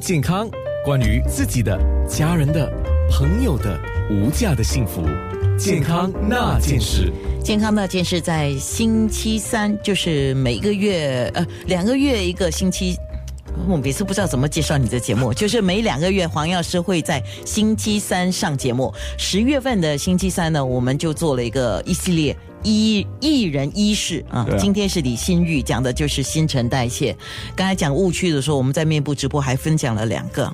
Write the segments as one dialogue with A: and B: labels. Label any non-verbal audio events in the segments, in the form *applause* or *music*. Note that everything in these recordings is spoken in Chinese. A: 健康，关于自己的、家人的、朋友的无价的幸福，健康那件事。 *laughs*
B: 健康那件事在星期三，就是每个月呃两个月一个星期。我每次不知道怎么介绍你的节目，就是每两个月黄药师会在星期三上节目。十月份的星期三呢，我们就做了一个一系列一一人一事啊
C: 对。啊
B: 今天是李新玉讲的就是新陈代谢。刚才讲误区的时候，我们在面部直播还分享了两个，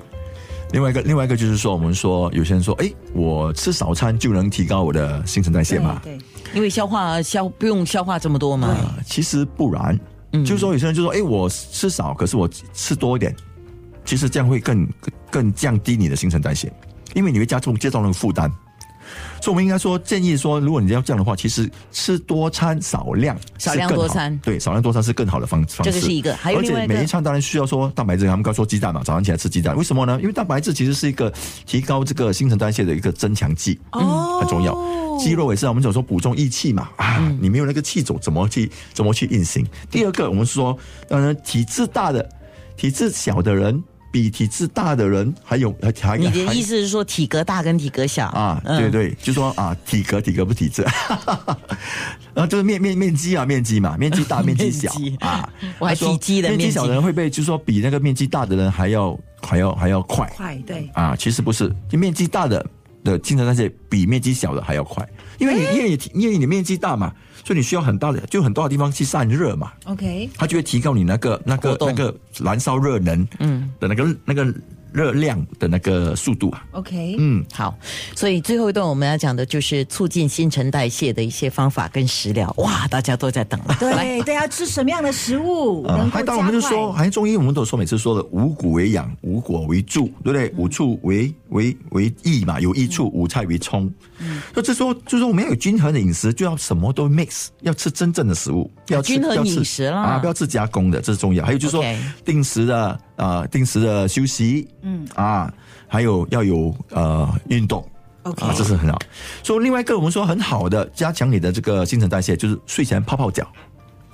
C: 另外一个，另外一个就是说，我们说有些人说，哎，我吃少餐就能提高我的新陈代谢嘛？
D: 对，
B: 因为消化消不用消化这么多嘛。
C: 啊其实不然，
B: 嗯
C: 就是说有些人就说，哎，我吃少，可是我吃多一点，其实这样会更更更降低你的新陈代谢，因为你会加重加重那个负担。所以，我们应该说建议说，如果你要这样的话，其实吃多餐少量是
B: 少量
C: 更好
B: 多餐
C: 对，少量多餐是更好的方方
B: 这
C: 式。
B: 个是一个还有
C: 而且
B: 另外一个
C: 每一餐当然需要说蛋白质，他们刚说鸡蛋嘛，早上起来吃鸡蛋，为什么呢？因为蛋白质其实是一个提高这个新陈代谢的一个增强剂，嗯，很重要。肌肉也是啊我们所说补充益气嘛，啊，你没有那个气走，怎么去怎么去运行？第二个，我们说，当然体质大的、体质小的人，比体质大的人还有还还
B: 你的
C: 还
B: 意思是说体格大跟体格小嗯
C: 啊，对，对，就说啊，体格体格不体质， *laughs* 然后就是面面面积啊，面积嘛，面积
B: *laughs*
C: 大面积小
B: 面积
C: 啊，
B: *laughs* 我还
C: 他说
B: 体积的
C: 面积
B: 面积
C: 小的人会被，就说比那个面积大的人还要还要还要快
D: 快对，
C: 啊，其实不是，就面积大的的新陈代谢比面积小的还要快，因为你
D: 哎
C: 因为你因为你面积大嘛，所以你需要很大的就很多的地方去散热嘛，
D: OK，
C: 它就会提高你那个那
B: 活
C: 个
B: 动
C: 那个燃烧热能嗯的那个那个热量的那个速度啊，
D: OK，
C: 嗯。
B: 好，所以最后一段我们要讲的就是促进新陈代谢的一些方法跟食疗。哇，大家都在等了，来，
D: 对对，要吃什么样的食物
C: 呃
D: 能够
C: 还
D: 加
C: 当然我们就说，
D: 快？
C: 好像中医我们都说每次说的五谷为养，五果为助，对不对？五畜为为为益嘛，有益处；五菜为充。所以就说就说我们要有均衡的饮食，就要什么都 mix，要吃真正的食物，要吃
B: 均衡
C: 不要吃
B: 饮食啦
C: 啊，不要吃加工的，这是重要。还有就是说
B: OK
C: 定时的啊、呃定时的休息，嗯啊，还有要有呃运动。
D: OK
C: 啊，这是很好。所以另外一个我们说很好的加强你的这个新陈代谢，就是睡前泡泡脚。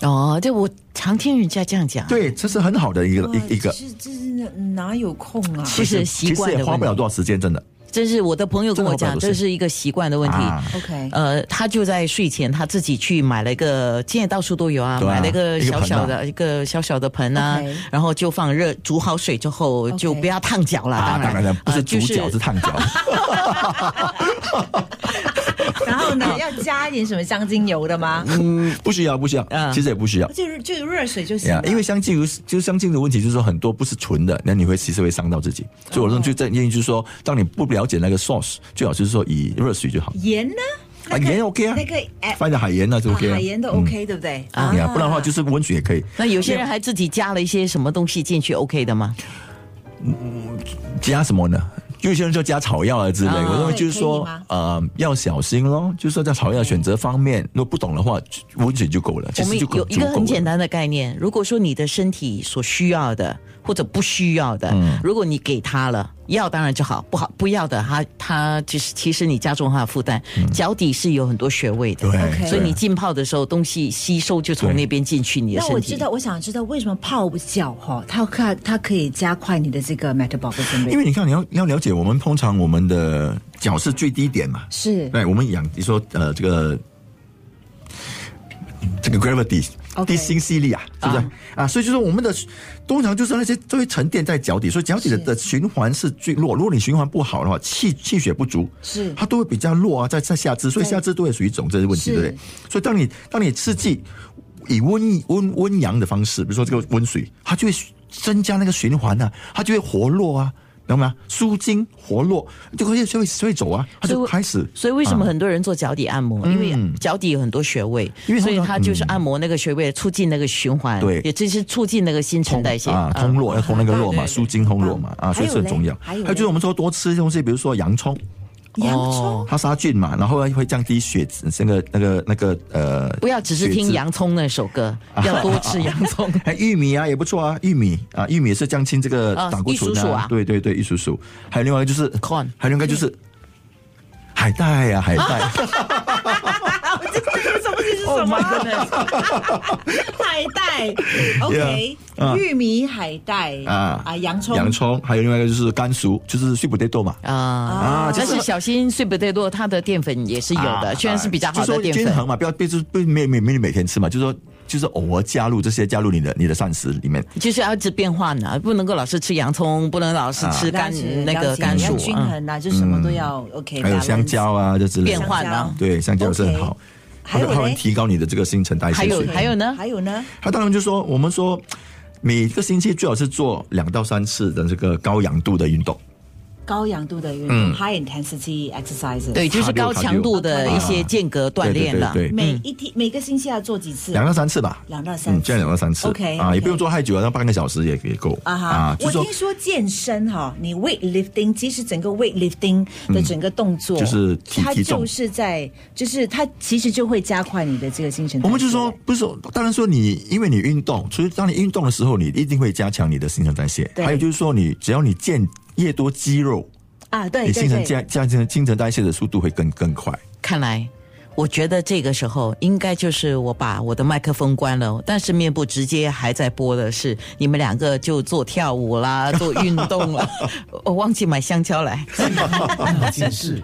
B: 哦，这我常听人家这样讲，，
C: 对，这是很好的一个
D: 哇
C: 一一个。
D: 哦这是这是哪有空啊？
B: 其实习惯
C: 其
B: 的
C: 实也花
B: 问
C: 不了
B: 题，
C: 多少时间，真的。
B: 真是我的朋友跟我讲，
C: 真的花不了多
B: 这
C: 少
B: 是一个习惯的问题。
C: 啊
D: OK
B: 呃，他就在睡前他自己去买了一个，现在到处都有啊，
C: 对啊
B: 买了一个
C: 一个
B: 小
C: 盆啊
B: 小的、一个小小的盆啊
D: OK
B: 然后就放热，煮好水之后
D: OK
B: 就不要烫脚了，
C: 啊，
B: 当然
C: 当然了，不
B: 呃
C: 是
B: 就
C: 煮脚是烫脚，
D: 然后呢，要加一点什么香精油的吗？
C: 嗯不需要，不需
B: 啊
C: 要，其实也不需要。
D: 就是就是热水就行
C: 呀
D: 了。
C: 哎因为香精油就是香精的问题，就是说很多不是纯的，那你会其实会伤到自己。所以我认就建议就是说，当你不了解那个 sauce，最好就是说以热水就好。
D: 盐呢？
C: 啊，
D: 那个
C: 盐 OK 啊，
D: 那个哎，
C: 放点海盐那就
D: 啊
C: OK 啊，
D: 海盐都
C: 嗯
D: OK，对不对？
C: 啊，呀不然的话就是温水也可以
B: 那有些人还自己加了一些什么东西进去，OK 的吗？
C: 加什么呢？有些人就加草药啊之类，
B: 啊
C: 我认为
D: 对
C: 就是
D: 可
C: 说
D: 以吗，
C: 呃，要小心咯。就是说在草药选择方面，如果不懂的话，温水就够了，其
B: 嗯我
C: 实
B: 们
C: 就够
B: 有一个
C: 足够
B: 很
C: 了
B: 简单的概念，如果说你的身体所需要的或者不需要的，
C: 嗯
B: 如果你给他了，要当然就好，不好不要的，他他其实其实你加重他的负担。脚底是有很多穴位的，
C: 嗯对
D: OK
B: 所以
C: 对
B: 你浸泡的时候，东西吸收就从
C: 对
B: 那边进去你的
D: 啊那
B: 身体。
D: 我知道，我想知道为什么泡脚哈，它看它可以加快你的这个 metabolism，rate
C: 因为你看，你要你要了解，我们通常我们的脚是最低点嘛，
D: 是
C: 对，我们养你说呃这个这个 gravity
D: OK
C: 地心吸力啊，是不是啊所以就是我们的通常就是那些都会沉淀在脚底，所以脚底的
D: 是
C: 的循环是最弱。如果你循环不好的话，气气血不足，
D: 是
C: 它都会比较弱啊，在在下肢，所以
D: 对
C: 下肢都会属于肿这些问题，
D: 是
C: 对不对？所以当你当你刺激以温温温阳的方式，比如说这个温水，它就会增加那个循环啊，它就会活络啊。懂吗？舒筋活络，就会就会就会走啊，它
B: 所以
C: 就
B: 我
C: 开始
B: 所以为什么很多人做脚底按摩？因为脚底有很多穴位，
C: 嗯因为
B: 所以
C: 通常嗯
B: 他就是按摩那个穴位，促进那个循环，
C: 对
B: 也就是促进那个新陈代谢
C: 啊，通络要通那个络嘛，
B: 呃对对对
C: 舒筋通络嘛，啊，
D: 还
C: 所
D: 有
C: 以是很重要
D: 嘞。还有嘞
C: 就是我们说多吃东西，比如说洋葱，
D: 洋
B: 哦
D: 葱。
C: 它杀菌嘛，然后会降低血脂那个那个那个呃，
B: 不要只是听
C: 血脂。
B: 洋葱那首歌，要多吃洋
C: *laughs*
B: 葱。
C: 还玉米啊，也不错啊，玉米啊，玉米是降轻这个
B: 啊
C: 胆固醇
B: 玉蜀黍啊
C: 对对对，玉蜀黍。还有另外一个就是
B: Corn 啊
C: *laughs* 还有另外一个就是海带啊，海带。
D: 这个什么东西是什
B: Oh
D: 么
B: my goodness！
C: Oh
D: *laughs* 海带，OK，
C: 啊
D: 玉米海带
C: 啊
D: 啊，洋葱，
C: 洋葱，还有另外一个就是甘薯，就是碎 potato 嘛。
B: 啊。
C: 啊，就
B: 但
C: 是
B: 是小心碎不对落，它的淀粉也是有的，虽然是比较好的
C: 啊就说
B: 淀
C: 均
B: 粉
C: 衡。嘛，不要就是不没没没每天吃嘛，就说就是偶尔加入这些加入你的你的膳食里面。
B: 就是要一直变换呢、不能够老是吃洋葱，不能老是吃
D: 了
B: 甘、
C: 啊
D: 解
B: 那个
D: 了解
B: 甘
D: 要
B: 薯
D: 均
B: 啊。
D: 衡啊，就什么都要 OK，
C: 嗯还有
D: balance
C: 香蕉啊，这之类的
B: 变
D: 香
B: 换
D: 蕉
B: 啊
C: 对，香蕉是很好
D: OK，
C: 它
D: 还有
C: 会它会
D: 嘞
C: 提高你的这个新陈代谢
B: 还有
C: 水平
B: 还有呢
D: 还有呢，
C: 他当然就说，我们说每个星期最好是做两到三次的这个高阳度的运动。
D: 高阳度的运动，high
C: 嗯
D: intensity exercises，
B: 对，就是高
C: cardio，
B: 强度的一些间隔锻炼啊了。
C: 对对对对
D: 每一
C: 嗯
D: 天每个星期要做几次？
C: 两到三次吧，
D: 两到三次
C: 嗯，这样两到三次
D: OK，
C: 啊，也
D: OK
C: 不用做太久啊，那半个小时也也够
D: 啊哈！
C: 就
D: 我
C: 是说
D: 听说健身哈，你 weight lifting，其实整个 weight lifting 的整个动
C: 嗯
D: 作，
C: 就是提
D: 它
C: 提重
D: 就是在，就是它其实就会加快你的这个新陈代谢。
C: 我们就说，不是说，当然说你，因为你运动，所以当你运动的时候，你一定会加强你的新陈代谢。
D: 对
C: 还有就是说你，只要你建越多肌肉，
D: 啊，对
C: 你新
D: 对
C: 陈
D: 对，
C: 加加新新陈代谢的速度会更更快。
B: 看来，我觉得这个时候应该就是我把我的麦克风关了，但是面部直接还在播的是你们两个就做
C: *laughs*
B: 跳舞啦，做运动啦。我忘记买香蕉来。
A: 健康那件事。